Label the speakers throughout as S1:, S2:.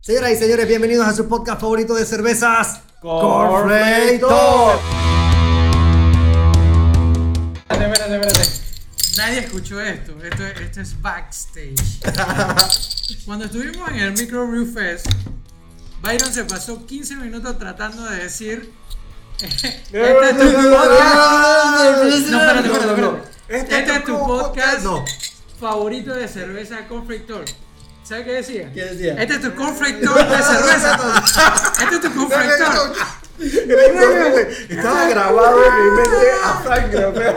S1: Señoras y señores, bienvenidos a su podcast favorito de cervezas,
S2: Cornflake Talk. Espérate, espérate, espérate.
S3: Nadie escuchó esto. Esto, es- esto es backstage. Cuando estuvimos en el Micro Brew Fest, Byron se pasó 15 minutos tratando de decir. Este es tu podcast No, espérate, espérate, espérate.
S1: Este
S3: Este es tu podcast.
S1: No.
S3: favorito de cerveza Cornflake Talk. ¿Sabes qué decía?
S2: ¿Qué decía?
S3: Este es tu Cornflake Talk de cerveza. Este es tu Cornflake Talk.
S2: Era imposible. Estaba grabado en mi mente a sangre, o sea, a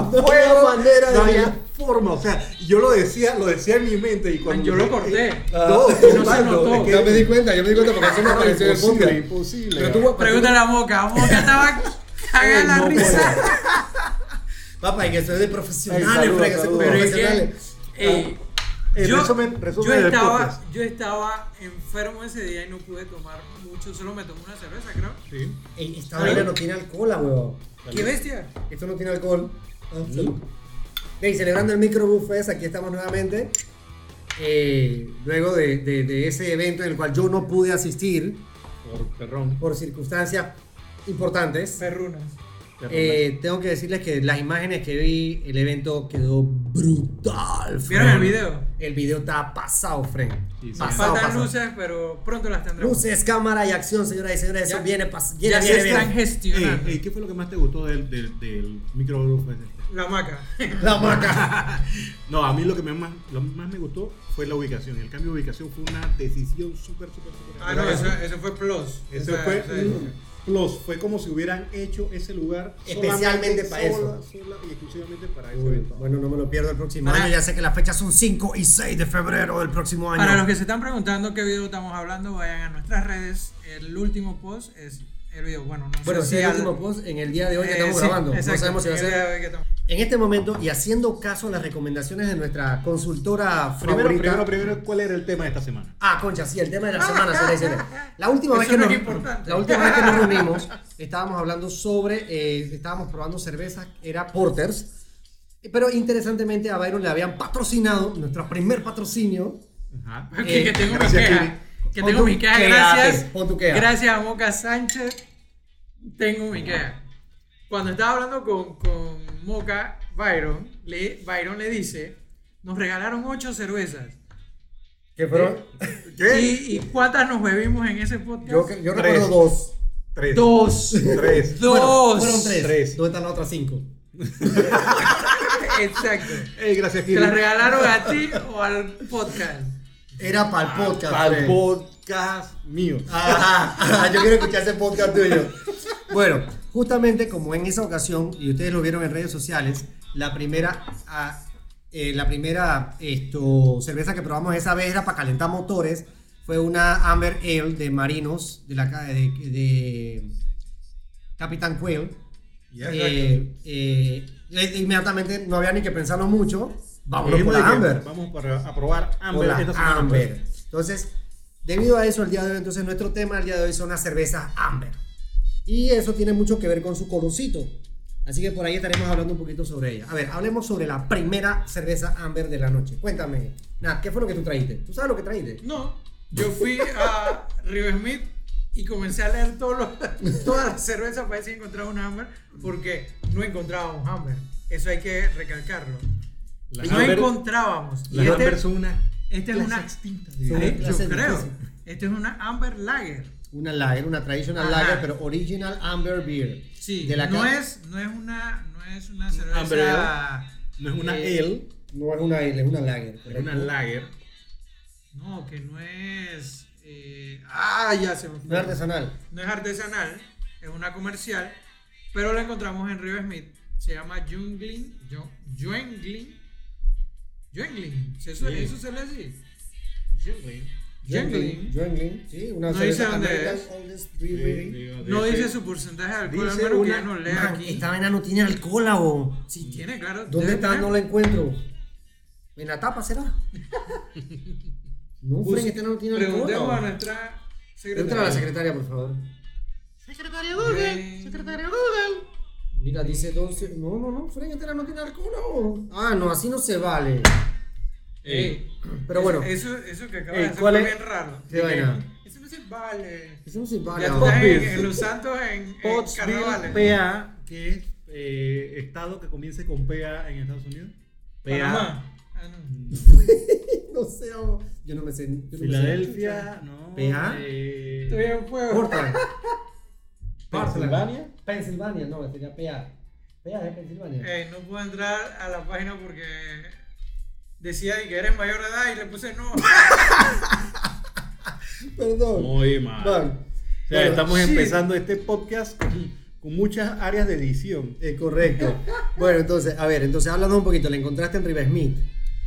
S1: No había
S2: fuego.
S1: manera,
S2: No
S1: de
S2: había
S1: había
S2: forma, o sea, yo lo decía, lo decía en mi mente y cuando
S3: Yo lo corté.
S2: No,
S1: Y no
S3: se
S2: Osvaldo,
S3: notó.
S2: es que-
S4: Ya me di cuenta, ya me di cuenta porque eso me
S2: Ah,
S4: apareció en el
S2: imposible,
S4: podcast.
S2: imposible.
S4: Pero tú,
S3: Pregúntale a Moca. Moca estaba cagada la
S2: No
S3: risa.
S2: puedo.
S1: Papá, y que soy de
S2: Ay,
S1: profesionales,
S2: saludos,
S1: fregase con
S2: saludos.
S3: Pero es
S1: profesionales.
S3: que. ey,
S1: Ah,
S2: Eh,
S3: yo,
S2: resumen- resumen
S3: yo
S2: del
S3: estaba,
S2: podcast.
S3: yo estaba enfermo ese día y no pude tomar mucho, solo me tomé una cerveza, creo.
S1: Ey, Eh, Esta vaina no tiene alcohol, ah, huevón.
S3: ¡Qué bestia!
S1: Esto no tiene alcohol. Ah, salud. Ey, celebrando el Micro Brew Fest, aquí estamos nuevamente. Eh, luego de, de- de ese evento en el cual yo no pude asistir
S4: Por perrón.
S1: por circunstancias importantes,
S3: Perrunas.
S1: eh, tengo que decirles que las imágenes que vi, el evento quedó brutal.
S3: ¿Vieron
S1: Fren.
S3: el video?
S1: El video está pasado, Fren.
S4: Sí, sí.
S1: Pasado,
S3: Faltan
S1: pasado.
S3: luces, pero pronto las tendremos.
S1: Luces, cámara y acción, señoras y señores. Eso
S3: Ya-
S1: viene, pas- viene,
S3: ya
S1: viene,
S3: se
S1: viene.
S3: están gestionando.
S4: Ey, ey, eh, ¿Qué fue lo que más te gustó del, del, del microgrupo ese?
S3: La maca.
S1: La maca.
S4: No, a mí lo que me más, lo más me gustó fue la ubicación. El cambio de ubicación fue una decisión súper, súper, súper.
S3: Ah, no, eso, eso fue plus.
S4: Eso
S3: O sea,
S4: fue
S3: o sea,
S4: un plus. Fue como si hubieran hecho ese lugar
S1: Especialmente
S4: solamente-
S1: para eso.
S4: sola- sola y exclusivamente para ese
S1: Uy,
S4: evento.
S1: Bueno, no me lo pierdo el próximo
S3: Para-
S1: año. Ya sé que las fechas son 5 y 6 de febrero del próximo año.
S3: Para los que se están preguntando qué video estamos hablando, vayan a nuestras redes. El último post es el video. Bueno, no
S1: Bueno,
S3: sé
S1: sí,
S3: si
S1: el
S3: al-
S1: último post en el día de hoy que
S3: Eh,
S1: estamos
S3: sí,
S1: grabando. No
S3: exacto,
S1: sabemos si va a
S3: el
S1: ser.
S3: día de hoy que estamos-
S1: En este momento, y haciendo caso a las recomendaciones de nuestra consultora
S4: Primero,
S1: favorita.
S4: primero, primero, ¿cuál era el tema de esta semana?
S1: Ah, concha, sí, el tema de la semana, señoras y señores. La última,
S3: Eso
S1: vez que,
S3: no
S1: nos,
S3: es importante.
S1: la última vez que nos reunimos, estábamos hablando sobre, eh, estábamos probando cervezas, era Porters, pero interesantemente a Byron le habían patrocinado, nuestro primer patrocinio,
S4: Ajá.
S3: Ok,
S1: Eh,
S3: que tengo mi
S4: gracias,
S3: queja.
S1: Kiri.
S3: Que
S1: Pon
S3: tengo
S1: tu
S3: mi queja,
S1: queja,
S3: gracias.
S1: Ate, pon tu queja.
S3: Gracias a Moca Sánchez. Tengo mi queja. Cuando estaba hablando con, con Moca, Byron le, Byron le dice: Nos regalaron ocho cervezas.
S1: que fueron,
S3: ¿Y, y cuántas nos bebimos en ese podcast?
S1: yo, yo recuerdo
S4: Tres.
S1: dos.
S4: Tres.
S3: Dos.
S4: Tres.
S3: Dos.
S1: Bueno, fueron tres.
S4: Tres.
S1: ¿Dónde están las otras cinco?
S3: Exacto.
S4: Ey, gracias,
S3: ¿Te
S4: Kiri.
S3: las regalaron a ti o al podcast?
S1: Era para el podcast. eh.
S4: Al
S1: Fred.
S4: podcast mío.
S1: Ajá, ajá, yo quiero escuchar ese podcast tuyo. Bueno, justamente como en esa ocasión, y ustedes lo vieron en redes sociales, la primera, ah, eh, la primera esto, cerveza que probamos esa vez era para calentar motores. Fue una Amber Ale de Marinos, de la ca- de, de Capitán Quail. Eh, eh, eh, inmediatamente no había ni que pensarlo mucho. Vámonos
S4: Dijimos
S1: por la
S4: de que
S1: Amber.
S4: Vamos para a probar Amber
S1: Hola,
S4: esta semana. pues.
S1: Amber. Entonces, debido a eso, el día de hoy, entonces nuestro tema el día de hoy son las cervezas Amber. Y eso tiene mucho que ver con su colorcito. Así que por ahí estaremos hablando un poquito sobre ella. A ver, hablemos sobre la primera cerveza Amber de la noche. Cuéntame, Nat, ¿qué fue lo que tú traíste? ¿Tú sabes lo que traíste?
S3: No, yo fui a Riversmith y comencé a leer todos los- todas las cervezas para ver si encontraba un Amber, porque no encontrábamos Amber. Eso hay que recalcarlo.
S4: Las
S3: no
S4: Amber-
S3: encontrábamos. Y
S4: Las
S3: este-
S4: Amber son una.
S3: esta es
S4: clase
S3: una-
S4: extinta,
S3: Sí,
S4: digamos.
S3: yo
S1: clase
S3: creo.
S1: difícil.
S3: Esta es una Amber Lager.
S1: Una lager, una traditional
S3: Ajá.
S1: lager, pero original Amber Beer.
S3: Sí,
S1: De la
S3: no,
S1: ca-
S3: es, no es una, no es una
S4: Amber
S3: cerveza.
S4: Ale. No es una
S3: eh,
S4: L,
S1: No es una ale, es una lager.
S4: es una Lager.
S3: No, que no es. eh, ah, ya se me fue.
S1: No es artesanal.
S3: No es artesanal, es una comercial, pero la encontramos en Río Smith. Se llama Jungling. Ju- Jungling. Jungling. ¿se suele-
S4: Sí.
S3: ¿Eso se le dice?
S1: Jungling.
S3: Jungling.
S1: Jungling, sí, una
S3: No
S1: cerveza
S3: dice dónde
S1: American
S3: es.
S1: Oldest Brewery.
S3: No dice su porcentaje de alcohol,
S4: dice
S3: hermano, que
S4: una-
S3: ya no lee
S1: Man,
S3: aquí.
S1: esta vaina no tiene alcohol, o.
S3: Si tiene, claro.
S1: ¿Dónde
S3: debe
S1: está?
S3: tener.
S1: No la encuentro. ¿En la tapa será? No, Fren, esta este no tiene alcohol.
S3: Preguntemos a
S1: abogado.
S3: nuestra
S1: Entra a
S3: secretaria.
S1: la secretaria, por favor.
S3: secretaria Google. Secretaria Google.
S1: Mira, este dice 12. No, no, no, Fren, esta no tiene alcohol. abogado. Ah, no, así no se vale.
S3: Ey,
S1: Pero
S3: eso-
S1: bueno.
S3: Eso, eso que acabas
S1: Ey,
S3: de hacer
S1: ¿cuál
S3: fue
S1: es?
S3: bien raro.
S1: ¿Qué vaina?
S3: Eso no se vale.
S1: Eso no se vale.
S3: ya tú
S1: ahora.
S3: estás en,
S2: Pottsville.
S3: en Los Santos en, en
S4: Pottsville,
S3: carnavales.
S4: PA, que es eh, estado que comience con PA en Estados Unidos. PA.
S3: Panamá. Ah, no.
S1: No sé, oh, yo no me sé. yo no me sé.
S4: Filadelfia, no.
S1: PA.
S4: eh,
S3: Estoy en fuego.
S1: Portland.
S4: Pensilvania.
S1: Pensilvania, no, sería PA. PA es Pensilvania.
S3: Ey, no puedo entrar a la página porque decía que eres mayor de edad y le puse no.
S1: Perdón.
S4: Muy mal.
S1: Vale.
S4: O sea,
S1: Bueno,
S4: estamos
S1: sí.
S4: empezando este podcast con, con muchas áreas de edición.
S1: Eh, correcto. Bueno, entonces, a ver, entonces hablando un poquito, la encontraste en River Smith.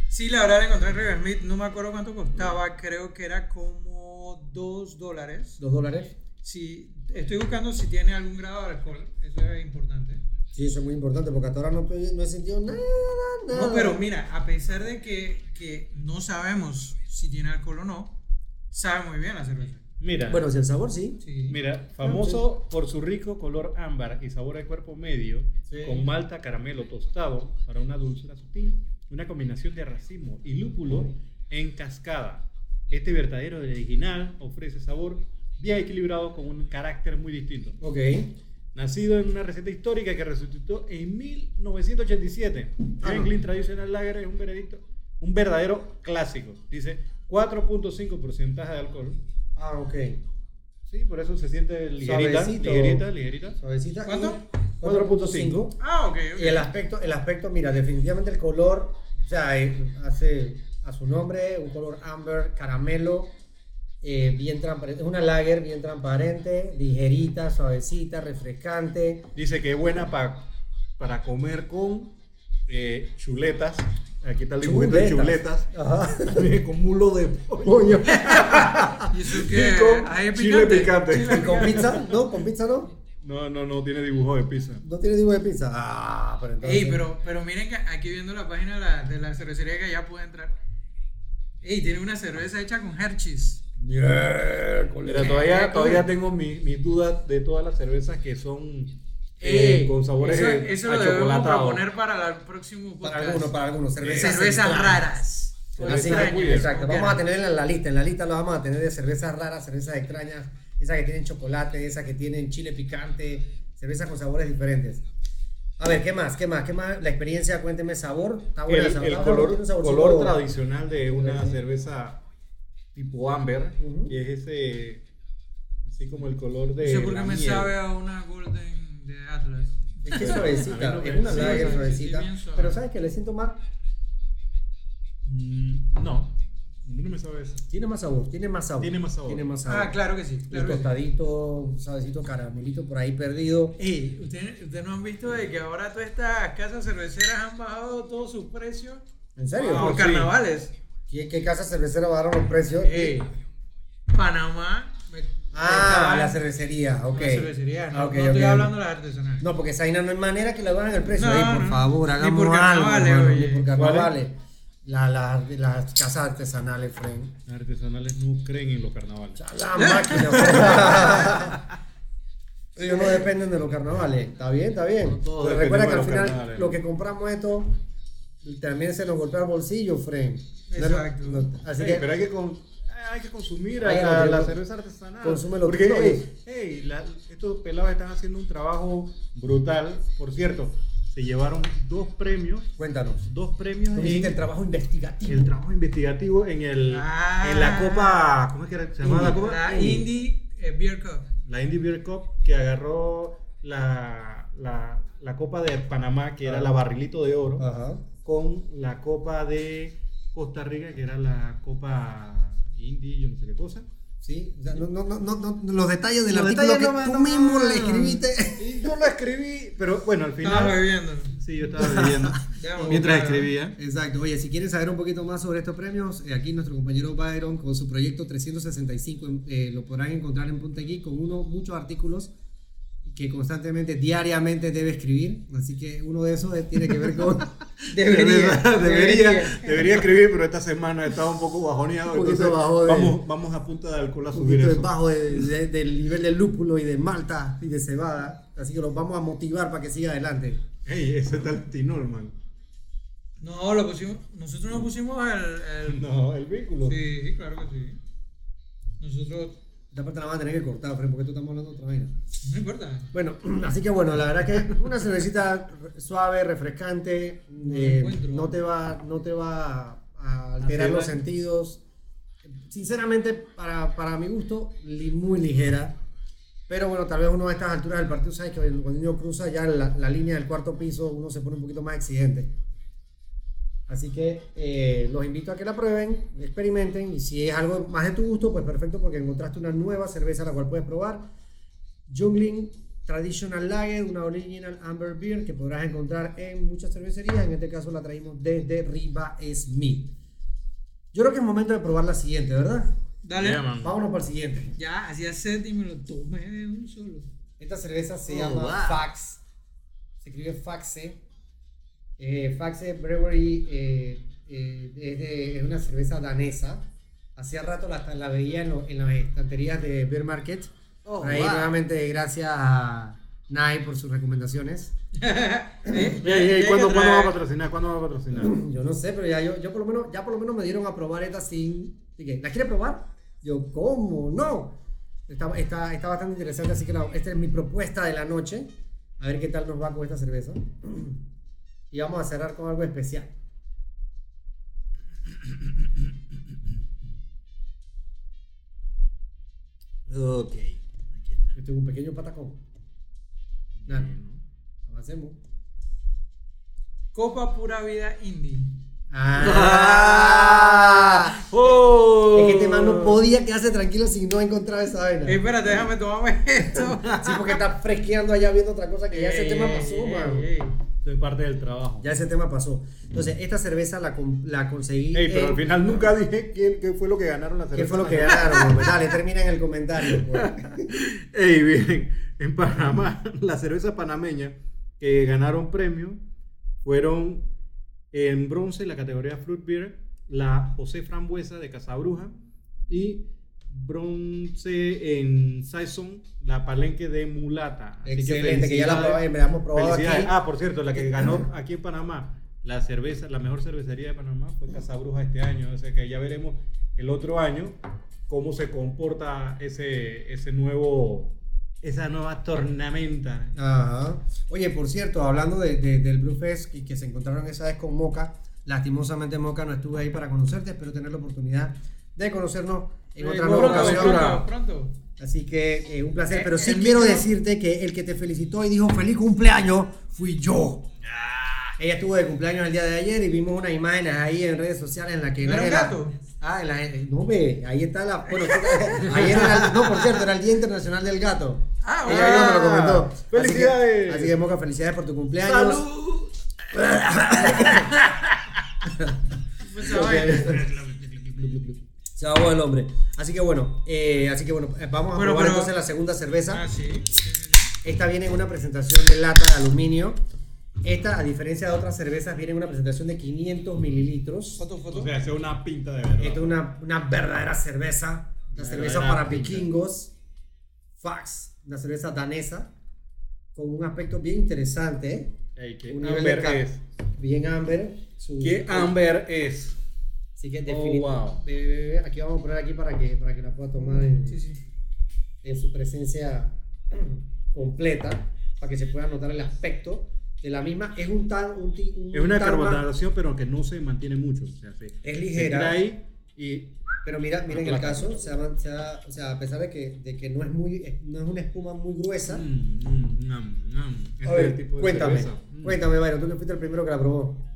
S3: Sí, la verdad la encontré en River Smith, no me acuerdo cuánto costaba, creo que era como 2 dólares.
S1: ¿Dos dólares?
S3: Sí, estoy buscando si tiene algún grado de alcohol, eso es importante.
S1: Sí, eso es muy importante porque hasta ahora no, estoy- no he sentido nada, nada.
S3: No, pero mira, a pesar de que, que no sabemos si tiene alcohol o no, sabe muy bien la cerveza.
S4: Mira,
S1: Bueno, si el sabor sí.
S3: Sí.
S4: mira, famoso por su rico color ámbar y sabor de cuerpo medio,
S1: Sí.
S4: con malta, caramelo, tostado, para una dulzura sutil, una combinación de racimo y lúpulo en cascada. Este verdadero original ofrece sabor bien equilibrado con un carácter muy distinto.
S1: Ok.
S4: Nacido en una receta histórica que resucitó en 1987.
S1: Ah,
S4: Franklin
S1: no.
S4: Traditional Lager es un veredicto, un verdadero clásico. Dice 4.5% de alcohol.
S1: Ah, ok.
S4: Sí, por eso se siente ligerita,
S1: Suavecito.
S4: ligerita, ligerita.
S1: Suavecita.
S3: ¿Cuánto?
S1: y 4.5.
S3: Ah, ok, ok.
S1: Y el aspecto, el aspecto, mira, definitivamente el color, o sea, eh, hace a su nombre, un color amber, caramelo, eh, bien transparente, es una lager bien transparente, ligerita, suavecita, refrescante.
S4: Dice que es buena pa- para comer con eh, chuletas. Aquí está el dibujito de chuletas.
S1: Ajá.
S4: con mulo de pollo.
S1: Coño.
S3: ¿Y eso qué?
S4: Y con
S3: Ahí es
S4: chile picante.
S1: ¿Y con pizza? No, con pizza no.
S4: No, no, no tiene dibujo de pizza.
S1: No tiene tipo de pizza. Ah, pero entonces.
S3: Ey, pero, pero miren que aquí viendo la página de la, de la cervecería que ya pude entrar. Ey, tiene una cerveza hecha con Hershey's.
S4: Mira, todavía, todavía tengo mi- mis dudas de todas las cervezas que son eh,
S3: Ey,
S4: con sabores
S3: eso, eso lo debemos
S4: achocolatados.
S3: proponer para el próximo
S1: Para
S3: podcast. Eh,
S1: algunos, para algunos. Cervezas,
S3: cervezas
S1: extrañas.
S3: raras.
S4: Con
S1: Así
S4: extrañas.
S1: que,
S4: Weird.
S1: exacto.
S3: Ok.
S1: Vamos a tener en la lista, en la lista lo vamos a tener de cervezas raras, cervezas extrañas, esas que tienen chocolate, esas que tienen chile picante, cervezas con sabores diferentes. A ver, ¿qué más? ¿Qué más? ¿Qué más? La experiencia, cuénteme sabor. Está buena
S4: el,
S1: sabor.
S4: el
S1: está bueno,
S4: color,
S1: tiene un saborcito-
S4: color tradicional de una
S1: Ujú.
S4: cerveza tipo amber,
S1: Ujú.
S4: que es ese, así como el color
S3: No
S4: de
S3: sé por qué
S4: la
S3: me
S4: miel.
S3: sabe a una Golden de Atlas.
S1: Es que es
S4: A mí
S1: suavecita,
S4: no me-
S1: es una
S4: sí,
S1: lager
S3: sí,
S1: suavecita.
S3: sí, bien suave.
S1: Pero ¿sabes qué? Le siento más.
S4: Mm, no, a mí no me sabe eso.
S1: Tiene más sabor, tiene más sabor.
S4: Tiene más sabor.
S1: Tiene más sabor.
S3: Ah, claro que sí.
S1: El
S3: Claro que sí.
S1: tostadito, un salecito caramelito por ahí perdido.
S3: Ey, ¿ustedes, ustedes no han visto de que ahora todas estas casas cerveceras han bajado todos sus precios
S1: ¿En serio?
S4: Wow.
S3: por
S4: sí.
S3: carnavales?
S1: ¿Qué, qué casa cervecera bajaron los precios?
S3: Ey, Panamá. me- me
S1: Ah,
S3: estaban-
S1: la cervecería, ok.
S3: una cervecería, No,
S1: Ah, ok,
S3: no
S1: ok,
S3: estoy
S1: ok.
S3: hablando de las artesanales.
S1: No, porque esa vaina no hay manera que le bajen el precio.
S3: No,
S1: Ey, por
S3: no.
S1: favor,
S3: Ni
S1: hagamos
S3: por
S1: algo.
S3: carnavales,
S1: hermano,
S3: oye.
S1: Ni por
S4: ¿Cuál es?
S1: carnavales. La- la- de las casas artesanales, Fren.
S4: Las artesanales no creen en los carnavales.
S1: O sea, La máquina. Fren. Ellos no dependen de los carnavales. Está bien, está bien.
S4: No todos
S1: Pero recuerda que
S4: dependemos
S1: al
S4: de los
S1: final
S4: carnavales.
S1: lo que compramos esto también se nos golpea el bolsillo, Fren. No es lo-
S3: Exacto.
S1: no- así
S4: Sí,
S1: que,
S4: pero hay que, con- hay que consumir
S1: Hay
S4: hay
S1: que
S4: la, la
S1: consumir-
S4: cerveza artesanal.
S1: consume lo
S4: Porque,
S1: que
S4: hey, hey, la- estos pelados están haciendo un trabajo brutal. Por cierto, se llevaron dos premios.
S1: cuéntanos.
S4: Dos premios
S1: Tú
S4: en
S1: hiciste el trabajo investigativo.
S4: el trabajo investigativo en, el,
S3: Ah.
S4: en la Copa. ¿Cómo es que era? se llamaba la
S1: Indie.
S4: Copa?
S3: La
S1: Ey.
S3: Indie eh, Beer Cup.
S4: La Indie Beer Cup que agarró la, la, la Copa de Panamá, que era la barrilito de oro,
S1: Ajá.
S4: con la Copa de Costa Rica, que era la Copa Indie, yo no sé qué cosa.
S1: Sí, o sea, no, no, no, no, no, los detalles del
S4: Los
S1: artículo
S4: detalles
S1: que
S4: no me-
S1: tú
S4: no me-
S1: mismo le escribiste.
S4: Y yo la escribí, pero bueno, al
S3: Estaba
S4: final.
S3: bebiendo.
S4: Sí, yo estaba leyendo.
S3: Ya, vamos,
S4: mientras
S3: claro.
S4: escribía.
S1: Exacto, oye, si quieren saber un poquito más sobre estos premios, eh, aquí nuestro compañero Byron con su proyecto 365 en- eh, lo podrán encontrar en Punta Geek con uno, muchos artículos que constantemente, diariamente debe escribir. Así que uno de esos eh, tiene que ver con.
S4: Debería, debería, debería escribir, pero esta semana estaba un poco bajoneado.
S1: Un poquito
S4: entonces
S1: bajo de-
S4: vamos, vamos a punta de alcohol a
S1: un
S4: subir
S1: poquito
S4: eso.
S1: debajo de- de- del nivel de lúpulo y de malta y de cebada. Así que los vamos a motivar para que siga adelante.
S4: Ey, ese está el tinol, man.
S3: No, lo pusimos. Nosotros no pusimos el. el-
S4: No, el vínculo.
S3: Sí, claro que sí. Nosotros.
S1: Esta parte la van a tener que cortar, Fred, porque tú estamos hablando de otra vaina.
S3: No importa.
S1: Bueno, así que bueno, la verdad que una cervecita re- suave, refrescante, eh,
S3: encuentro.
S1: no te va, no te va a alterar
S4: Hacerla-
S1: los sentidos. Sinceramente, para, para mi gusto, li- muy ligera. Pero bueno, tal vez uno a estas alturas del partido, sabes que cuando uno cruza ya la, la línea del cuarto piso, uno se pone un poquito más exigente. Así que eh, los invito a que la prueben, experimenten y si es algo más de tu gusto, pues perfecto porque encontraste una nueva cerveza la cual puedes probar. Jungling Traditional Lager, una original Amber Beer que podrás encontrar en muchas cervecerías. En este caso la traímos desde Riva Smith. Yo creo que es momento de probar la siguiente, ¿verdad?
S3: Dale.
S5: Yeah, man.
S1: Vámonos para el siguiente.
S3: ya, hacía set y me lo tomé de un solo.
S1: Esta cerveza se
S5: Oh,
S1: llama
S5: wow.
S1: Fax. Se escribe Faxe. Eh, Faxe Brewery eh, eh, es, de- es una cerveza danesa. Hacía rato la, la veía en, lo- en las estanterías de Beer Market.
S5: Oh,
S1: Por ahí
S5: wow.
S1: nuevamente gracias a Nai por sus recomendaciones.
S3: Eh,
S4: Ey, ey,
S3: hay que
S4: ¿cuándo, cuándo va a
S3: traer-
S4: patrocinar? ¿Cuándo va a patrocinar?
S1: Yo no sé, pero ya, yo, yo por lo menos, ya por lo menos me dieron a probar esta sin... Dije, ¿La quiere probar? Yo, ¿cómo? No. Está, está, está bastante interesante, así que la- esta es mi propuesta de la noche. A ver qué tal nos va con esta cerveza. Y vamos a cerrar con algo especial.
S5: Ok. Aquí está.
S1: Este es un pequeño patacón. Nada, avancemos.
S3: Copa Pura Vida Indie.
S1: Ah,
S4: ¡Oh!
S1: es que este man no podía quedarse tranquilo si no encontraba esa vaina.
S3: Eh, espérate, déjame tomarme esto.
S1: Sí, porque está fresqueando allá viendo otra cosa que ya ese
S3: Ey,
S1: tema
S3: ey,
S1: pasó,
S3: ey,
S1: mano.
S3: ey.
S4: Soy parte del trabajo.
S1: Ya ese tema pasó. Entonces, esta cerveza la, con- la conseguí.
S4: Ey, pero
S1: en-
S4: al final nunca dije quién, qué fue lo que ganaron las
S1: ¿Qué
S4: cervezas.
S1: fue lo que ganaron? güey? Dale, termina en el comentario. pues. güey.
S4: Ey, bien, en Panamá, las cervezas panameñas que ganaron premio fueron en bronce en la categoría Fruit Beer, la José Frambuesa de Casabruja y bronce en Saison, la Palenque de Mulata. Así
S1: Excelente, que ya la probamos, hombre,
S4: felicidades.
S1: hemos probado aquí.
S4: Felicidades. Ah, por cierto, la que ganó aquí en Panamá, la cerveza, la mejor cervecería de Panamá fue Casabruja este año. O sea que ya veremos el otro año cómo se comporta ese, ese nuevo, esa nueva tornamenta.
S1: Ajá. Oye, por cierto, hablando de, de- del Blue Fest que, que se encontraron esa vez con Moca, lastimosamente Moca no estuve ahí para conocerte, espero tener la oportunidad de conocernos en
S3: Eh,
S1: otra
S3: pronto,
S1: nueva ocasión.
S3: pronto, pronto.
S1: Así que eh, un placer,
S3: Eh,
S1: pero sí
S3: el
S1: quiero
S3: micro-
S1: decirte que el que te felicitó y dijo feliz cumpleaños fui yo.
S3: Ah.
S1: Ella estuvo de cumpleaños el día de ayer y vimos unas imágenes ahí en redes sociales en las que...
S3: ¿No era un
S1: la-
S3: gato?
S1: Ah, en la- no ve, ahí está la... Bueno, ayer era el- No, por cierto, era el Día Internacional del Gato.
S3: Ah,
S1: Ella vino y me lo comentó. Así que- Así
S4: ¡Felicidades!
S1: que, Moca, felicidades por tu cumpleaños.
S5: ¡Salud!
S3: Pensaba que-
S1: Se va el hombre. Así que bueno, eh, así que bueno, eh, vamos a
S3: Bueno,
S1: probar
S3: pero-
S1: entonces la segunda cerveza.
S3: Ah, sí. sí, sí, sí.
S1: Esta viene en una presentación de lata de aluminio. Esta, a diferencia de otras cervezas, viene en una presentación de 500 mililitros.
S3: Foto, foto.
S4: O sea, hace una pinta de verdad.
S1: Esta es una, una verdadera cerveza. Una
S4: Verdadera
S1: cerveza para
S4: pinta.
S1: vikingos. Fax. Una cerveza danesa. Con un aspecto bien interesante. ¿eh?
S4: Ey, ¿qué
S1: Un nivel
S4: Amber
S1: de ca-
S4: es?
S1: Bien amber. Su-
S4: ¿Qué Amber es?
S1: Así que
S4: wow.
S1: definitivamente. Aquí vamos a poner aquí para que, para que la pueda tomar en,
S3: Sí, sí.
S1: en su presencia completa para que se pueda notar el aspecto de la misma. Es un tan, un, ti- un
S4: Es una
S1: tan más-
S4: carbonatación, pero que no se mantiene mucho. O sea, se-
S1: Es
S4: se
S1: ligera,
S4: trae y
S1: pero mira, mira en el caso, se ha man- se ha- o sea, a pesar de que, de que no, es muy, eh, no es una espuma muy gruesa.
S4: Mm, mm, mm, mm. Este
S1: A
S4: es
S1: ver,
S4: el tipo de
S1: cuéntame,
S4: cerveza. Mm.
S1: cuéntame, Byron, tú que fuiste el primero que la probó.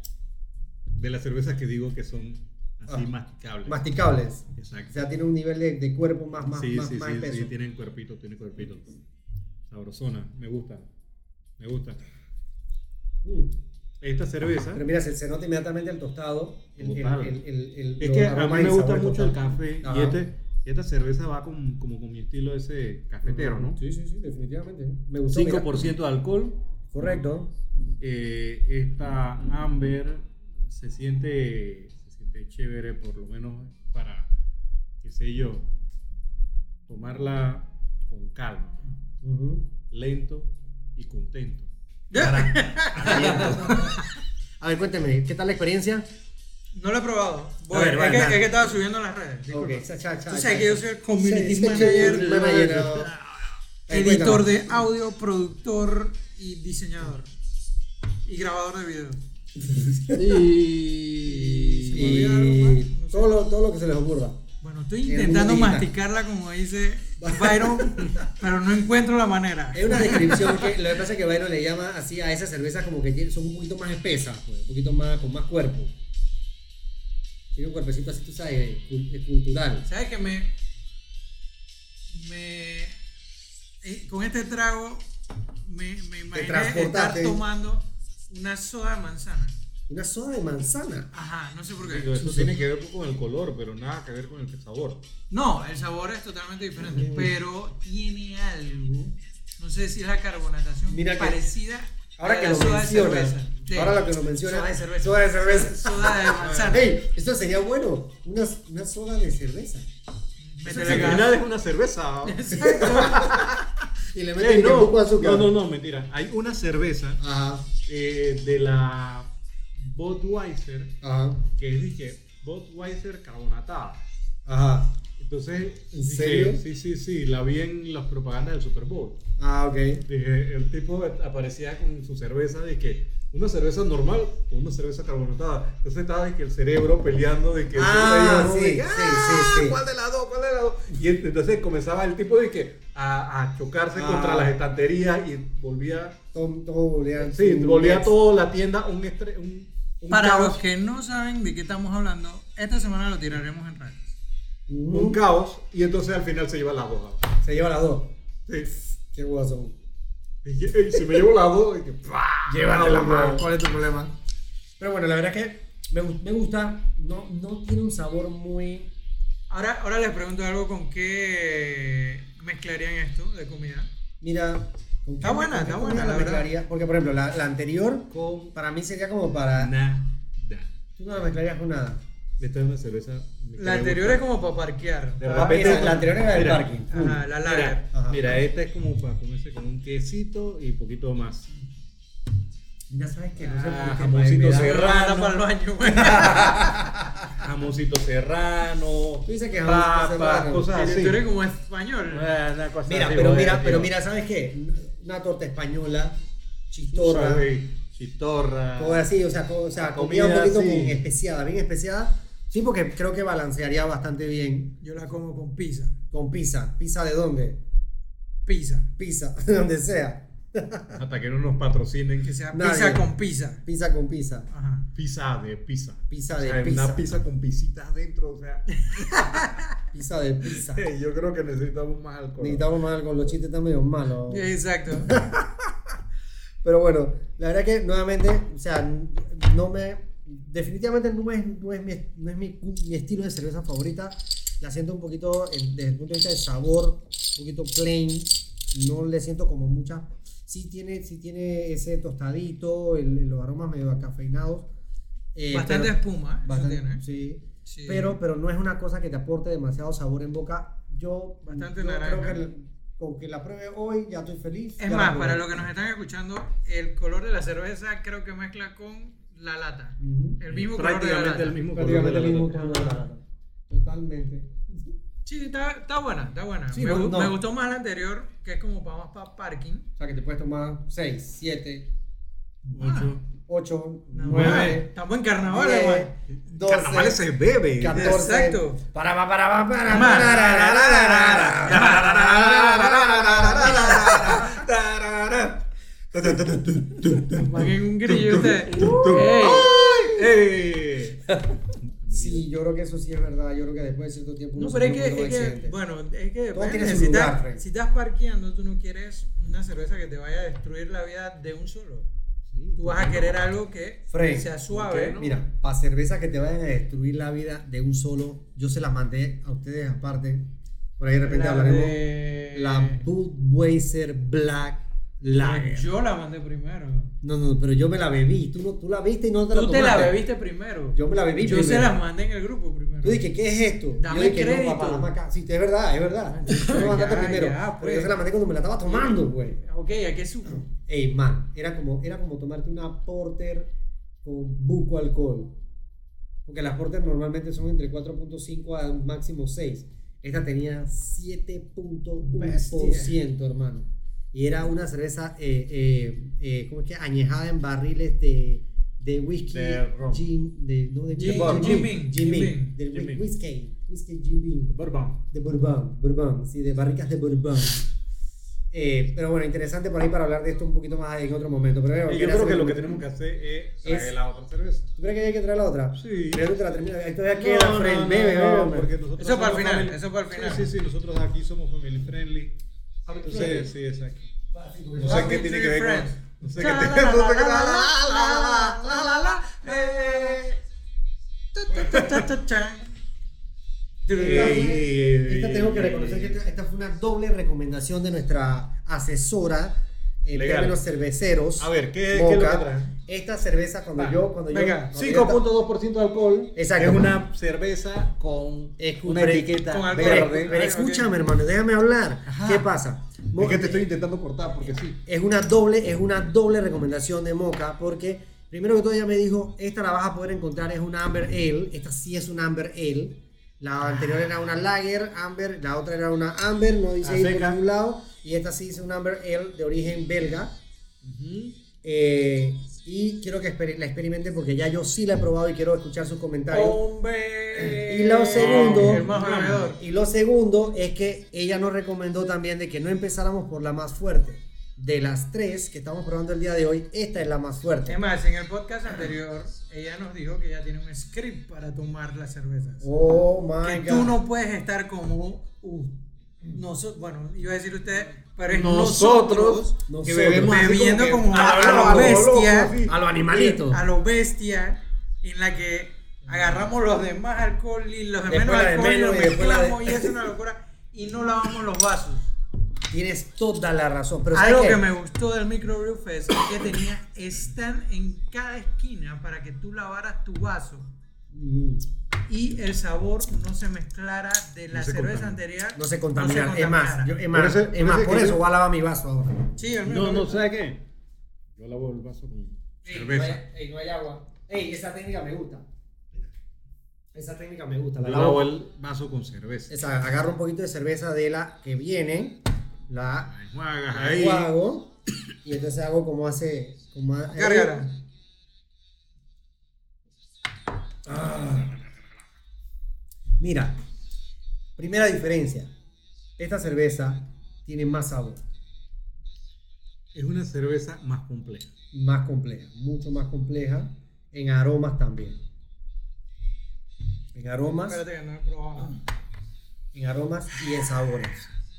S4: De las cervezas que digo que son así
S1: Ah.
S4: masticables.
S1: Masticables. O
S4: Exacto.
S1: sea, tiene un nivel de, de cuerpo más, más,
S4: sí,
S1: más,
S4: sí,
S1: más
S4: sí,
S1: espeso.
S4: sí, tienen cuerpito, tienen cuerpito. Sabrosona, me gusta. Me gusta.
S1: Mm.
S4: Esta cerveza.
S1: Pero mira, se, se nota inmediatamente el tostado. El, el,
S4: Total.
S1: el- el- el-
S4: Es
S1: los
S4: que a mí
S1: aromas y
S4: me gusta
S1: sabores
S4: mucho el
S1: total.
S4: café. Y,
S1: Ajá.
S4: este, y esta cerveza va con, como con mi estilo ese cafetero, ¿no?
S1: Sí, sí, sí, definitivamente. Me gustó. mira.
S4: 5% de alcohol.
S1: Correcto.
S4: Eh, esta Amber se siente, se siente chévere, por lo menos para, qué sé yo, tomarla con calma, lento y contento.
S1: Para- aliento. A ver, cuénteme, ¿qué tal la experiencia?
S3: No lo he probado. Voy,
S1: A ver,
S3: es,
S1: vale,
S3: que,
S1: vale.
S3: es que estaba subiendo en las redes. disculpa.
S1: Ok, cha, cha, cha,
S3: Tú
S1: cha,
S3: sabes que yo
S1: cha.
S3: soy el community
S1: Sí, sí,
S3: manager,
S1: sí, manager.
S3: claro,
S1: Ahí,
S3: editor
S1: cuéntame.
S3: de audio, productor y diseñador. Y grabador de video.
S5: Y.
S3: ¿Se me olvida algo más? No sé.
S5: todo, lo, todo lo que se les ocurra.
S3: Bueno, estoy
S5: mundo
S3: intentando
S5: digital.
S3: masticarla como dice Byron, pero no encuentro la manera.
S1: Es una descripción que lo que pasa es que Byron le llama así a esas cervezas como que tienen- son un poquito más espesas, pues, un poquito más con más cuerpo. Tiene un cuerpecito así, tú sabes, cul- escultural.
S3: ¿Sabes que me. Me. eh, Con este trago me, me imaginé estar
S1: transportaste.
S3: tomando una soda de manzana.
S1: Una soda de manzana.
S3: Ajá, no sé por
S2: Digo,
S3: qué.
S2: Eso tiene que ver con el color, pero nada que ver con el sabor.
S3: No, el sabor es totalmente diferente, pero tiene algo. No sé si es la carbonatación
S1: Mira que-
S3: parecida
S1: Ahora
S3: a
S1: que
S3: la
S1: lo
S3: soda de
S1: menciona,
S3: cerveza. De-
S1: ahora lo que lo menciona,
S3: Soda de cerveza.
S1: soda de cerveza.
S3: Soda de manzana.
S1: ¡Ey! Esto sería bueno. Una, una soda de cerveza.
S3: Métele
S2: Al
S3: acá.
S2: final es una cerveza.
S1: Y le
S2: Ey,
S1: meten un
S2: no.
S1: poco de azúcar.
S4: no, no, no, mentira. Hay una cerveza
S1: Ajá,
S4: eh, de la Budweiser
S1: ajá,
S4: que es dije, Budweiser carbonatada.
S1: ajá.
S4: Entonces,
S1: ¿En
S4: dije,
S1: serio?
S4: sí, sí, sí, la vi en las propagandas del Super Bowl.
S1: Ah, ok.
S4: Dije, el tipo aparecía con su cerveza de que una cerveza normal o una cerveza carbonatada. Entonces estaba de que el cerebro peleando de que
S1: Ah,
S4: el cerebro,
S1: sí,
S4: de que,
S1: sí,
S4: "Ah,
S1: sí, sí.
S4: ¿Cuál de las dos? ¿Cuál de las dos? Y ent- entonces comenzaba el tipo de que a, a chocarse
S1: Ah.
S4: contra las estanterías y volvía,
S1: Todo, todo volea-
S4: sí,
S1: un-
S4: volvía toda la tienda un estre- un, un
S3: Para
S4: caos,
S3: los que no saben de qué estamos hablando, esta semana lo tiraremos en redes.
S1: Mm,
S4: un caos y entonces al final se lleva la hoja.
S1: Se lleva las dos.
S4: Sí.
S1: Qué guas son.
S4: Y, y se me llevó la hoja y que
S1: Llévatela,
S4: mano.
S1: ¿Cuál es tu problema? Pero bueno, la verdad es que me, gu- me gusta. No, no tiene un sabor muy.
S3: Ahora, ahora les pregunto algo con qué mezclarían esto de comida.
S1: Mira. ¿con
S3: Está
S1: qué-
S3: buena,
S1: con qué
S3: está
S1: comida la
S3: buena, la verdad.
S1: mezclaría? Porque, por ejemplo, la, la anterior
S4: Con
S1: para mí sería como para.
S4: nada.
S1: Tú no la mezclarías con nada.
S4: Esta es una cerveza. me
S3: La
S4: cae
S3: anterior
S4: gusta.
S3: es como para parquear.
S4: De
S1: Ah,
S4: repente-
S1: esa- la anterior era del
S4: Mira,
S1: parking.
S3: Ajá, la larga.
S1: Ajá.
S4: Mira, Ah, mira, esta es como para comerse con un quesito y poquito más.
S1: Ya sabes que no sé
S4: Ah,
S1: por qué.
S4: jamoncito
S1: me da-
S4: serrano.
S3: Rana para el baño, güey.
S4: Jamoncito serrano,
S1: Tú dices que
S4: papas,
S1: jamoncito serrano.
S4: cosas así.
S3: Tú eres como español.
S4: Ah, una cosa
S1: Mira,
S4: así,
S1: pero
S4: bueno,
S1: mira,
S4: tío.
S1: pero mira, ¿sabes qué? Una torta española, chistorra.
S4: Sí, Chistorra.
S1: Todo así, o sea, co- o sea, comida,
S4: Comida,
S1: un poquito
S4: sí.
S1: con especiada, bien especiada. Sí, porque creo que balancearía bastante bien
S3: Yo la como con pizza.
S1: con pizza. ¿Pizza de dónde?
S3: Pizza.
S1: Pizza, de donde sea.
S4: Hasta que no nos patrocinen.
S3: Que sea
S1: Nadie.
S3: pizza con pizza.
S1: Pizza con pizza.
S3: Ajá.
S4: Pizza de pizza.
S1: Pizza
S4: O
S1: de
S4: sea,
S1: pizza.
S4: Una pizza con pisitas adentro. O sea,
S1: Pizza de pizza.
S4: yo creo que necesitamos más alcohol.
S1: Necesitamos más algo, los chistes están medio malos.
S3: Eh, Exacto.
S1: Pero bueno, la verdad que nuevamente, o sea, n- no me. Definitivamente no es, no es, mi, no es mi, mi estilo de cerveza favorita. La siento un poquito, en- desde el punto de vista del sabor, un poquito plain. No le siento como mucha. Sí tiene, sí tiene ese tostadito, el- los aromas medio acafeinados. eh,
S3: Bastante
S1: pero-
S3: espuma. eso
S1: bastante-
S3: tiene. ¿eh?
S1: sí.
S3: Sí.
S1: Pero, pero no es una cosa que te aporte demasiado sabor en boca. Yo,
S3: Bastante
S1: yo creo
S3: naranja.
S1: que la- con que la pruebe hoy ya estoy feliz. ya
S3: Es
S1: la
S3: más,
S1: probé.
S3: para los que nos están escuchando, el color de la cerveza creo que mezcla con la lata.
S1: Ujú.
S3: El mismo color de la
S4: Prácticamente
S3: lata.
S4: el mismo color de
S1: Prácticamente
S4: la
S1: el mismo
S4: lata.
S1: color de la lata. Totalmente.
S3: Sí, está, está buena, está buena.
S1: Sí,
S3: me,
S1: no,
S3: gu-
S1: no.
S3: me gustó más la anterior, que es como para más para parking.
S1: O sea que te puedes tomar 6, 7,
S4: Mucho.
S1: 8,
S3: Ah, No,
S1: 9,
S3: mames, Estamos en carnaval, güey.
S1: 10, 12,
S2: se bebe.
S1: 14.
S3: Exacto.
S1: Para, para, para, para,
S3: Es más. Van en un grillo ustedes. Ey,
S4: ¡Ey!
S1: Sí, yo creo que eso sí es verdad. Yo creo que después de cierto tiempo.
S3: No,
S1: uno
S3: pero es
S1: se pone
S3: que,
S1: un
S3: es
S1: poco
S3: que
S1: exigente.
S3: bueno, es que
S1: Todo
S3: depende.
S1: tiene su
S3: si,
S1: lugar,
S3: estás-
S1: Frank.
S3: si estás parqueando, tú no quieres una cerveza que te vaya a destruir la vida de un solo. Tú vas a querer algo que
S1: Frank,
S3: sea suave.
S1: ¿por qué no? Mira, para cervezas que te vayan a destruir la vida de un solo, yo se las mandé a ustedes aparte. Por ahí de repente
S3: La
S1: hablaremos.
S3: de-
S1: La Budweiser Black Lager.
S3: Yo la mandé primero.
S1: No, no, pero yo me la bebí. Tú, no- tú la viste y no te la
S3: Tú te
S1: tomaste.
S3: la bebiste primero.
S1: Yo me la bebí.
S3: Yo
S1: primero.
S3: se las mandé en el grupo primero.
S1: Yo dije, ¿qué es esto?
S3: Dame
S1: yo dije,
S3: crédito.
S1: no, papá, dame acá. Sí, es verdad, es verdad. Yo me la mandaste
S3: Ya,
S1: primero.
S3: ya,
S1: pero
S3: pues.
S1: yo se la mandé cuando me la estaba tomando, pues. güey.
S3: Ok, ¿a qué supo?
S1: Ey, man, era como, era como tomarte una porter con buco alcohol. Porque las porter normalmente son entre 4.5 a máximo 6. Esta tenía 7.1%, hermano. Y era una cerveza, eh, eh, eh, ¿cómo es que? Añejada en barriles de, de whisky.
S2: De ron.
S1: gin- de, no, de
S3: Gin-
S1: bourbon.
S3: Jim Beam,
S1: Jim
S3: Jim
S1: Beam,
S3: Beam,
S1: del
S4: Jim
S1: whi-
S4: Beam.
S1: whisky. Whisky Jim Beam.
S4: Bourbon.
S1: De Bourbon, Bourbon, sí, de barricas de Bourbon. Eh, pero bueno, interesante por ahí para hablar de esto un poquito más en otro momento. Pero bueno,
S2: Y yo
S1: quería
S2: creo
S1: hacer
S2: que lo
S1: un-
S2: que tenemos que hacer es
S1: Es-
S2: traer la otra cerveza.
S1: ¿Tú crees que hay que traer la otra?
S2: Sí.
S1: Pero tú te la terminas. Ahí todavía
S2: No,
S1: queda,
S2: no,
S1: Fred.
S2: no,
S1: bebe,
S2: no,
S1: bebe, hombre.
S2: porque nosotros
S3: Eso para el
S2: somos
S3: final,
S2: family-
S3: eso para el final.
S2: Sí, sí, sí, nosotros aquí somos family friendly. Entonces, sí, exacto. No
S3: Ah,
S2: sé qué tiene que ver con. No sé qué tiene que eh. Eh,
S1: Esta tengo que reconocer que esta- esta fue una doble recomendación de nuestra asesora en
S2: Legal.
S1: términos cerveceros.
S2: A ver, ¿qué, qué es lo
S1: Moca.
S2: que trae?
S1: Esta cerveza, cuando
S2: Va,
S1: yo. Cuando
S3: venga,
S1: yo, cuando yo estaba-
S2: 5.2% de alcohol.
S1: Exacto.
S2: Es una cerveza con
S1: Es un
S2: una
S1: pre-
S2: etiqueta
S3: con alcohol.
S1: Pero,
S2: verde.
S1: pero
S3: ok.
S1: escúchame, hermano, déjame hablar. ¿Qué pasa?
S2: Es que te estoy intentando cortar porque sí.
S1: es una doble, es una doble recomendación de Moca porque primero que todo ella me dijo, esta la vas a poder encontrar, es una Amber Ale, esta sí es una Amber Ale. La anterior era una Lager, Amber, la otra era una Amber, no dice
S2: A
S1: ahí por
S2: seca.
S1: ningún lado, y esta sí es una Amber Ale de origen belga. Eh, y quiero que exper- la experimente porque ya yo sí la he probado y quiero escuchar sus
S3: Oh,
S1: comentarios.
S3: Hombre.
S1: Y lo segundo-
S3: El más bebedor.
S1: Y lo segundo es que ella nos recomendó también de que no empezáramos por la más fuerte. De las tres que estamos probando el día de hoy, esta es la más fuerte.
S3: Es más, en el podcast anterior, ella nos dijo que ella tiene un script para tomar las cervezas.
S1: Oh my
S3: que
S1: god.
S3: tú no puedes estar como uh, noso- bueno, iba a decir usted, pero es
S2: Nosotros,
S3: nosotros,
S1: nosotros.
S3: que bebemos así bebiendo
S2: como
S3: como,
S2: que-
S3: a,
S2: a lo
S3: lo
S2: loco,
S3: bestia,
S2: así.
S1: A los animalitos.
S3: a lo bestia, en la que agarramos los demás alcohol y los de
S1: Después
S3: menos
S1: la de
S3: alcohol y
S1: menos
S3: los
S1: y después la de-
S3: mezclamos y es una locura y no lavamos los vasos.
S1: Tienes toda la razón. Pero ¿sabes
S3: Algo
S1: qué?
S3: que me gustó del Microbrew Fest es que tenía stand en cada esquina para que tú lavaras tu vaso
S1: Mm,
S3: y el sabor no se mezclara de la
S2: No se
S3: cerveza
S2: contamina.
S3: anterior.
S1: No se contamina. es
S3: contaminara.
S1: más, yo- es más,
S2: Por eso-
S1: es
S2: por
S1: más,
S2: eso es
S1: por
S2: que
S1: eso
S2: yo-
S1: voy a lavar mi vaso ahora.
S3: Sí, el mío
S4: No, no,
S3: también.
S4: ¿sabes qué? Yo lavo el vaso con.
S1: Ey,
S2: Cerveza.
S1: no hay- Ey, no hay agua. Ey, esa técnica me gusta. Esa técnica me gusta. La
S2: Yo
S1: lavo.
S2: lavo el vaso con cerveza.
S1: Esa, agarro un poquito de cerveza de la que viene. La
S2: La enjuagas ahí.
S1: Ahí. hago y entonces hago como hace como ha-
S3: Gárgara.
S1: Ah. mira primera diferencia esta cerveza tiene más sabor
S2: Es una cerveza más compleja.
S1: más compleja mucho más compleja en aromas también en aromas
S3: Espérate que no he probado.
S1: en aromas y en sabores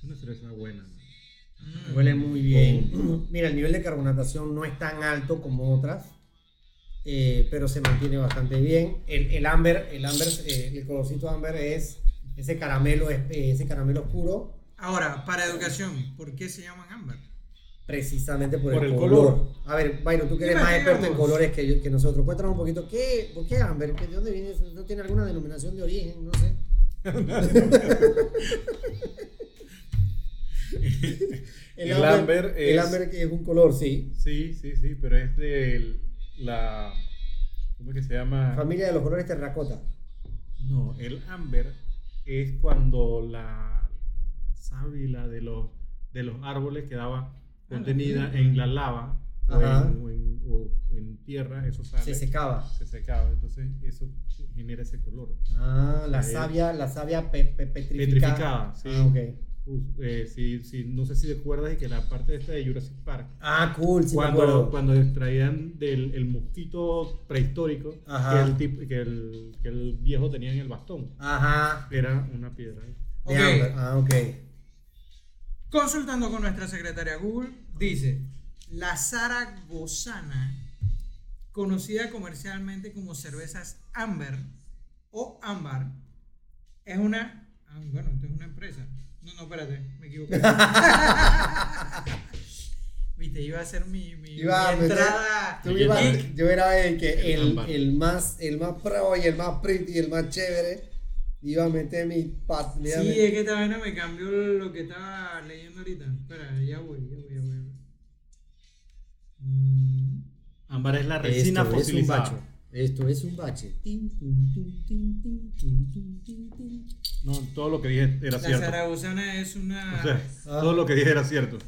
S2: Una cerveza buena. ¿no?
S1: Huele muy bien. Mm. Mira, el nivel de carbonatación no es tan alto como otras, eh, pero se mantiene bastante bien. El, el amber, el amber, eh, el colorcito amber es ese caramelo, es- eh, ese caramelo oscuro,
S3: Ahora, para educación, ¿por qué se llaman ámbar?
S1: precisamente por,
S4: Por
S1: el,
S4: el
S1: color.
S4: color.
S1: A ver, Byron, tú que eres
S3: Dime,
S1: más experto en
S3: digamos.
S1: colores que, yo- que nosotros, cuéntanos un poquito qué, por qué amber, ¿Qué- de dónde viene, eso? no tiene alguna denominación de origen, no sé.
S2: El amber es-
S1: el amber que es un color, sí.
S4: Sí, sí, sí, pero es de la. ¿Cómo es que se llama?
S1: Familia de los colores terracota.
S4: No, el amber es cuando la sábila de los, de los árboles quedaba contenida en la lava o
S1: Ah, Ajá.
S4: en, o en- o en tierra, eso sale,
S1: Se secaba.
S4: se secaba, entonces eso genera ese color.
S1: Ah, la
S4: Sí.
S1: savia, la savia pe- pe- petrificada.
S4: Petrificada, sí.
S1: Ah, ok.
S4: Uh, eh, si- si- no sé si te acuerdas de que la parte esta de Jurassic Park,
S1: Ah, cool, sí me
S4: cuando,
S1: acuerdo.
S4: cuando extraían del el mosquito prehistórico que
S1: Ajá.
S4: el, tip- que, el, que el viejo tenía en el bastón,
S1: Ajá.
S4: era una piedra.
S1: De
S3: Ok.
S1: Amber. Ah, ok.
S3: Consultando con nuestra secretaria Google, dice, la zaragozana, conocida comercialmente como cervezas Amber o Ámbar, es una... ah, bueno, esto es una empresa. No, no, espérate, me equivoqué. Viste, iba a ser mi, mi-
S1: Iba a
S3: mi
S1: meter-
S3: entrada.
S1: Tú ibas-
S3: geek.
S1: yo era el que
S4: El
S1: el,
S4: ámbar.
S1: el más el más pro y el más pretty y el más chévere iba a meter mi pat. le iba a
S3: Sí,
S1: meter-
S3: es que esta vaina me cambió lo que estaba leyendo ahorita. Espera, ya voy, ya voy, ya voy. ya voy. Mm.
S4: Ámbar es la
S1: Esto
S4: resina
S1: es un
S4: fosilizada.
S1: bache. Esto es un bache. Tin, tin, tin, tin, tin, tin, tin, tin, tin.
S4: No, todo lo que dije era
S3: La
S4: cierto.
S3: zaragozana es una.
S4: O sea,
S1: Ah.
S4: todo lo que dije era cierto.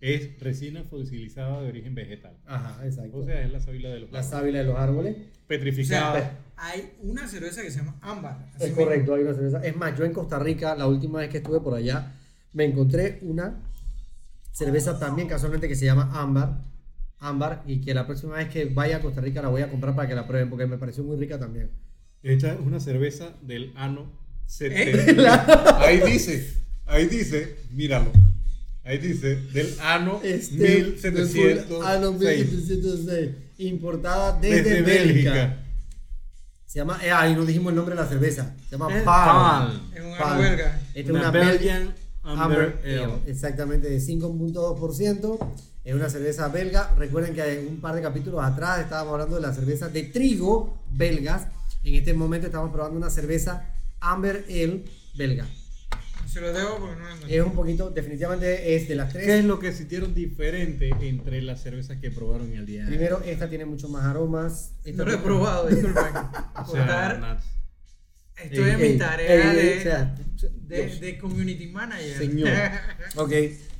S4: Es resina fosilizada de origen vegetal.
S1: Ajá.
S4: O
S5: Exacto.
S4: sea, es la sábila de los
S5: La
S4: árboles.
S5: sábila de los árboles.
S3: o sea,
S4: petrificada.
S3: hay una cerveza que se llama ámbar. así
S5: Es
S3: mismo.
S5: correcto, hay una
S1: cerveza. Es más, yo en Costa Rica, la última vez que estuve por allá, me encontré una cerveza también casualmente que se llama Ámbar. Ámbar, y que la próxima vez que vaya a Costa Rica la voy a comprar para que la prueben, porque me pareció muy rica también.
S4: Esta es una cerveza del ano 70.
S3: ¿Eh?
S4: Ahí dice, ahí dice, míralo. Ahí dice, del ano
S1: Este,
S4: 1700.
S1: Ah, no, 1706. Importada desde, Bélgica. Se llama, eh, ahí no dijimos el nombre de la cerveza. Se llama
S4: Es
S1: Pal.
S4: Pal.
S3: Es una
S1: Pal.
S3: huelga.
S1: Esta es
S4: Una
S1: una Belgian
S4: Belgian
S1: Amber Ale.
S4: Ale.
S1: Exactamente, de 5.2%. Es una cerveza belga. Recuerden que un par de capítulos atrás estábamos hablando de la cerveza de trigo belgas. En este momento estamos probando una cerveza Amber Ale belga.
S3: Se lo debo porque no lo encontré.
S1: Es un poquito, definitivamente es de las
S4: ¿Qué
S1: tres.
S4: es lo que sintieron diferente entre las cervezas que probaron el día de hoy?
S1: Primero, esta tiene mucho más aromas. Esta
S3: No lo he
S1: tiene-
S3: probado,
S4: O
S3: disculpen.
S4: sea,
S3: Cortar.
S4: Nats,
S3: Estoy en
S1: Ey,
S3: mi
S1: ey,
S3: tarea
S1: ey, ey, o
S3: de,
S1: sea,
S3: de,
S1: Dios.
S3: de community manager.
S1: Señor. Ok,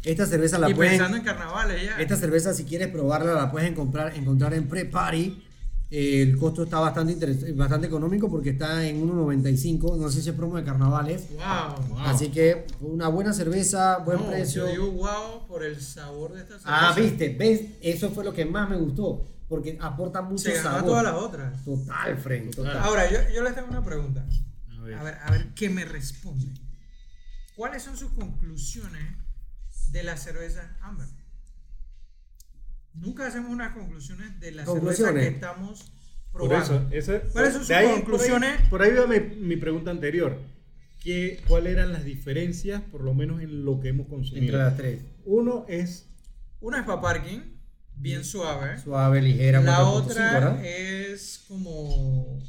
S1: esta cerveza la
S3: y
S1: pueden...
S3: pensando en carnavales ya.
S1: Esta cerveza, si quieres probarla, la puedes encontrar, encontrar en Pre-Party. Eh, el costo está bastante, interes- bastante económico porque está en 1.95. No sé si es promo de carnavales.
S3: Wow.
S4: Wow.
S1: Así que una buena cerveza, buen
S3: No,
S1: precio.
S3: Yo digo wow por el sabor de esta cerveza.
S1: Ah, viste, ves, eso fue lo que más me gustó porque aporta mucho
S3: Se ganó a
S1: sabor.
S3: todas las otras.
S1: Total, Frank. Total.
S3: Ahora, yo, yo les tengo una pregunta.
S4: A ver.
S3: A ver, a ver qué me responden. ¿Cuáles son sus conclusiones de la cerveza Amber? Nunca hacemos unas conclusiones de la cerveza
S1: Conclusiones.
S3: que estamos
S4: Por
S3: probando.
S4: eso, esa-
S3: ¿Cuáles son sus
S4: de ahí- por ahí-
S3: conclusiones?
S4: Por ahí, va mi, mi pregunta anterior. ¿Qué, ¿Cuáles eran las diferencias, por lo menos en lo que hemos
S1: Entre
S4: consumido?
S1: las tres.
S4: Uno es
S3: Una es para parking, bien suave.
S1: Suave, ligera,
S3: la
S1: 4.5,
S3: otra
S1: ¿verdad?
S3: es como,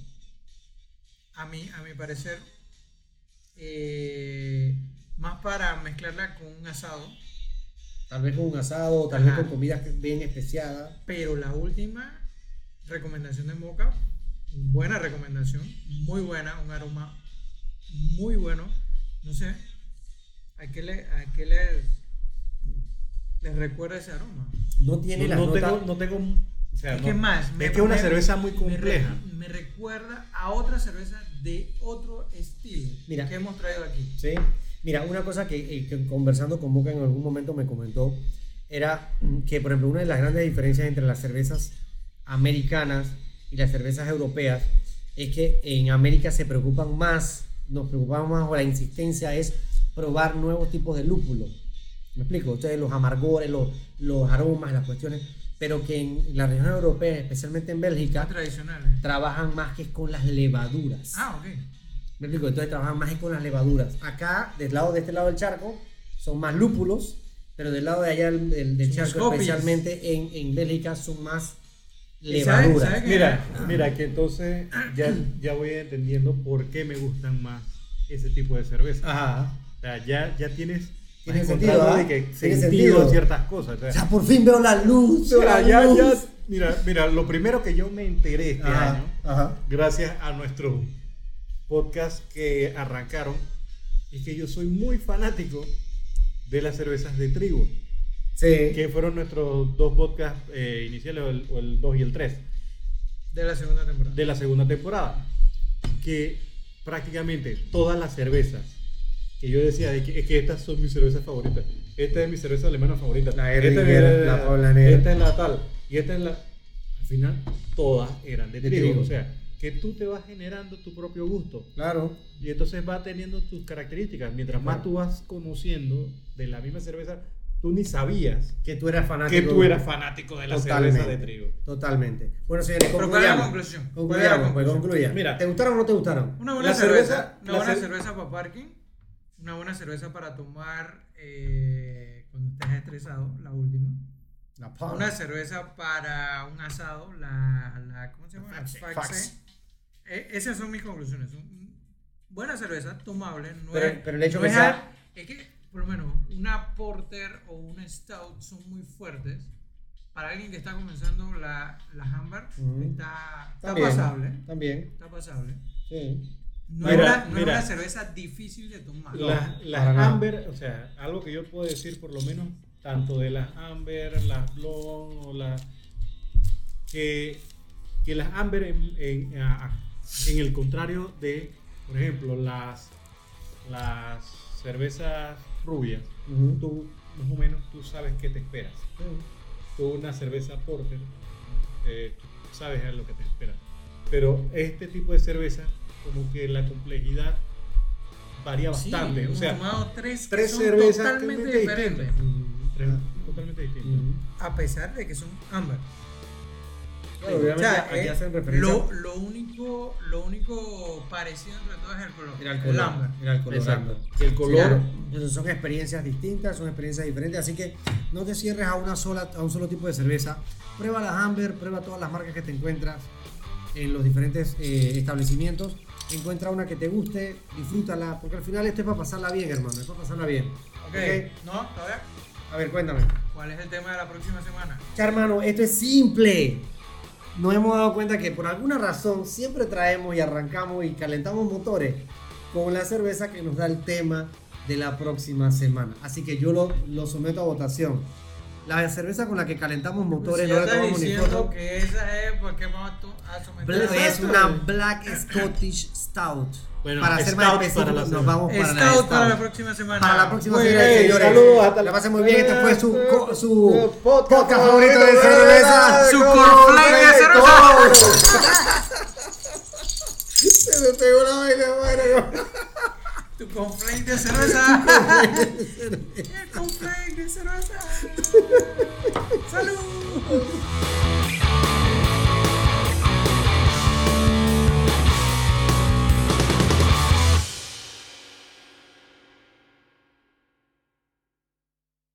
S3: a mi, a mi parecer, eh, más para mezclarla con un asado.
S1: Tal vez con un asado, tal
S3: Ajá.
S1: vez con comida bien especiada.
S3: Pero la última recomendación de Moca, buena recomendación, muy buena, un aroma muy bueno. No sé, ¿a qué, le, a qué les, les recuerda ese aroma?
S1: No tiene
S4: no,
S1: las
S4: no
S1: notas.
S4: tengo, no tengo, o sea,
S3: es
S4: no-
S3: que más, me-
S4: es que es una
S3: me-
S4: cerveza muy
S3: me re-
S4: compleja.
S3: Me, recuerda a otra cerveza de otro estilo
S1: Mira.
S3: que hemos traído aquí.
S1: Sí. Mira, una cosa que, eh, que conversando con Boca en algún momento me comentó era mm, que, por ejemplo, una de las grandes diferencias entre las cervezas americanas y las cervezas europeas es que en América se preocupan más, nos preocupamos más o la insistencia es probar nuevos tipos de lúpulo. ¿Me explico? Ustedes los amargores, los, los aromas, las cuestiones, pero que en las regiones europeas, especialmente en Bélgica,
S3: Tradicional. ¿eh?
S1: trabajan más que es con las levaduras.
S3: Ah, ok.
S1: Me explico, entonces trabajan más con las levaduras. Acá, del lado de este lado del charco, son más lúpulos, pero del lado de allá del, del- del
S3: Son
S1: charco,
S3: más copies.
S1: especialmente en, en Bélgica, son más
S3: ¿Y sabe-
S1: levaduras.
S3: sabe que-
S4: Mira, mira que entonces ya, ya voy entendiendo por qué me gustan más ese tipo de cerveza.
S1: Ajá.
S4: O sea, ya, ya tienes
S1: Ah. Tiene
S4: vas
S1: sentido,
S4: encontrando
S1: ¿ah?
S4: de que
S1: Tiene
S4: sentido,
S1: sentido.
S4: en ciertas cosas. o sea,
S1: O sea, por fin veo la luz.
S4: o
S1: Veo
S4: sea,
S1: la
S4: ya-
S1: luz.
S4: ya- mira, mira, lo primero que yo me enteré este
S1: Ajá,
S4: año,
S1: ajá.
S4: gracias a nuestro podcast que arrancaron, es que yo soy muy fanático de las cervezas de trigo,
S1: Sí.
S4: que fueron nuestros dos podcasts eh, iniciales, o el- o el 2 y el 3
S3: De la segunda temporada.
S4: de la segunda temporada. Que prácticamente todas las cervezas que yo decía, de que, es que estas son mis cervezas favoritas. Esta es mi cerveza alemana favorita.
S1: La
S4: esta, es mi-
S1: Erdinger, la Paulaner.
S4: esta es la tal. Y esta es la. Al final, todas eran de,
S1: De
S4: trigo.
S1: trigo.
S4: O sea, que tú te vas generando tu propio gusto.
S1: Claro.
S4: Y entonces va teniendo tus características. Mientras más tú vas conociendo de la misma cerveza, tú ni sabías
S1: Que tú eras
S4: que
S1: fanático.
S4: tú eras fanático de la cerveza de
S1: Ah, Totalmente.
S4: trigo.
S1: Totalmente. Bueno, señores,
S3: Pero ¿cuál es la
S1: concluyamos.
S3: conclusión? ¿Cuál es la
S1: Concluyamos, pues
S3: conclusión?
S1: concluyan.
S4: Mira.
S1: ¿Te gustaron o no te gustaron?
S3: Una buena
S4: La
S3: cerveza,
S4: cerveza-
S3: una
S4: la
S3: buena
S4: cer-
S3: cerveza para parking, una buena cerveza para tomar eh, cuando estés estresado, la última.
S1: La
S3: Una cerveza para un asado, la, la ¿cómo se llama? La
S1: Faxe,
S3: Faxe.
S1: Faxe.
S3: Eh, esas son mis conclusiones. Son buena cerveza, tomable, no
S1: Pero-
S3: es,
S1: pero el hecho
S3: no
S1: que
S3: es
S1: sea-
S3: a- es que por lo menos una porter o una stout son muy fuertes. para alguien que está comenzando la, la Hamburg,
S1: Ujú.
S3: está, está
S1: Mm. También,
S3: pasable.
S1: También.
S3: Está pasable.
S1: Sí.
S3: No,
S4: Mira,
S3: es una, no es
S4: mira.
S3: una cerveza difícil de tomar.
S4: Las, las
S1: para nada.
S4: Amber, o sea, algo que yo puedo decir por lo menos, tanto de las Amber, las Blonde o las... Que, que las Amber en, en- a- en el contrario de, por ejemplo, las, las cervezas rubias,
S1: Ujú.
S4: tú más o menos tú sabes qué te esperas. Tú una cerveza porter, eh, tú sabes a lo que te esperas. Pero este tipo de cerveza, como que la complejidad varía
S3: Sí,
S4: bastante. o
S3: hemos
S4: sea,
S3: tomado tres, que
S4: tres
S3: son
S4: cervezas
S3: totalmente
S4: totalmente
S3: diferentes.
S4: distintas. Tres-
S1: Ah.
S4: totalmente distintas.
S1: Ujú.
S3: A pesar de que son Amber.
S5: Claro, obviamente
S3: O sea,
S5: aquí
S3: eh,
S5: hacen referencia.
S3: Lo, lo, único, lo único parecido entre todas es el color.
S1: Era el color.
S3: Amber.
S1: Era el color.
S4: Exacto.
S1: Amber.
S4: El color,
S1: Claro, entonces son experiencias distintas, son experiencias diferentes, así que no te cierres a una sola, a un solo tipo de cerveza. Prueba las Amber, prueba todas las marcas que te encuentras en los diferentes eh, establecimientos. Encuentra una que te guste, disfrútala, porque al final esto es para pasarla bien, hermano, es para pasarla bien.
S3: Ok, ¿no? ¿Todavía?
S1: A ver, cuéntame.
S3: ¿Cuál es el tema de la próxima semana?
S1: Ya, hermano, esto es simple. Nos hemos dado cuenta que por alguna razón siempre traemos y arrancamos y calentamos motores con la cerveza que nos da el tema de la próxima semana. Así que yo lo, lo someto a votación. La cerveza con la que calentamos motores
S3: Pues Si
S1: no
S3: ya
S1: le
S3: estás
S1: tomamos ni
S3: diciendo
S1: foto.
S3: que esa es porque vamos a to- a someter
S1: Bla-
S3: a
S1: Es una Black Scottish Stout.
S4: Bueno,
S1: para ser más
S4: stout para la
S1: específicos, nos
S4: cerveza.
S1: vamos para
S3: Stout
S1: la Stout.
S3: para la próxima semana. Pues, eh,
S1: Para la próxima
S4: Muy
S1: semana,
S4: bien,
S1: señores.
S4: saludos, hasta
S1: la
S4: la-
S1: pasen muy bien. Este fue su, co- su
S5: Eh,
S1: podcast,
S5: podcast
S1: favorito de
S5: favorito de
S1: cerveza.
S5: cerveza.
S3: Su corflay de cerveza.
S5: Se me pegó la vaina, bueno.
S3: Tu complaint de cerveza. El complaint de cerveza. Salud.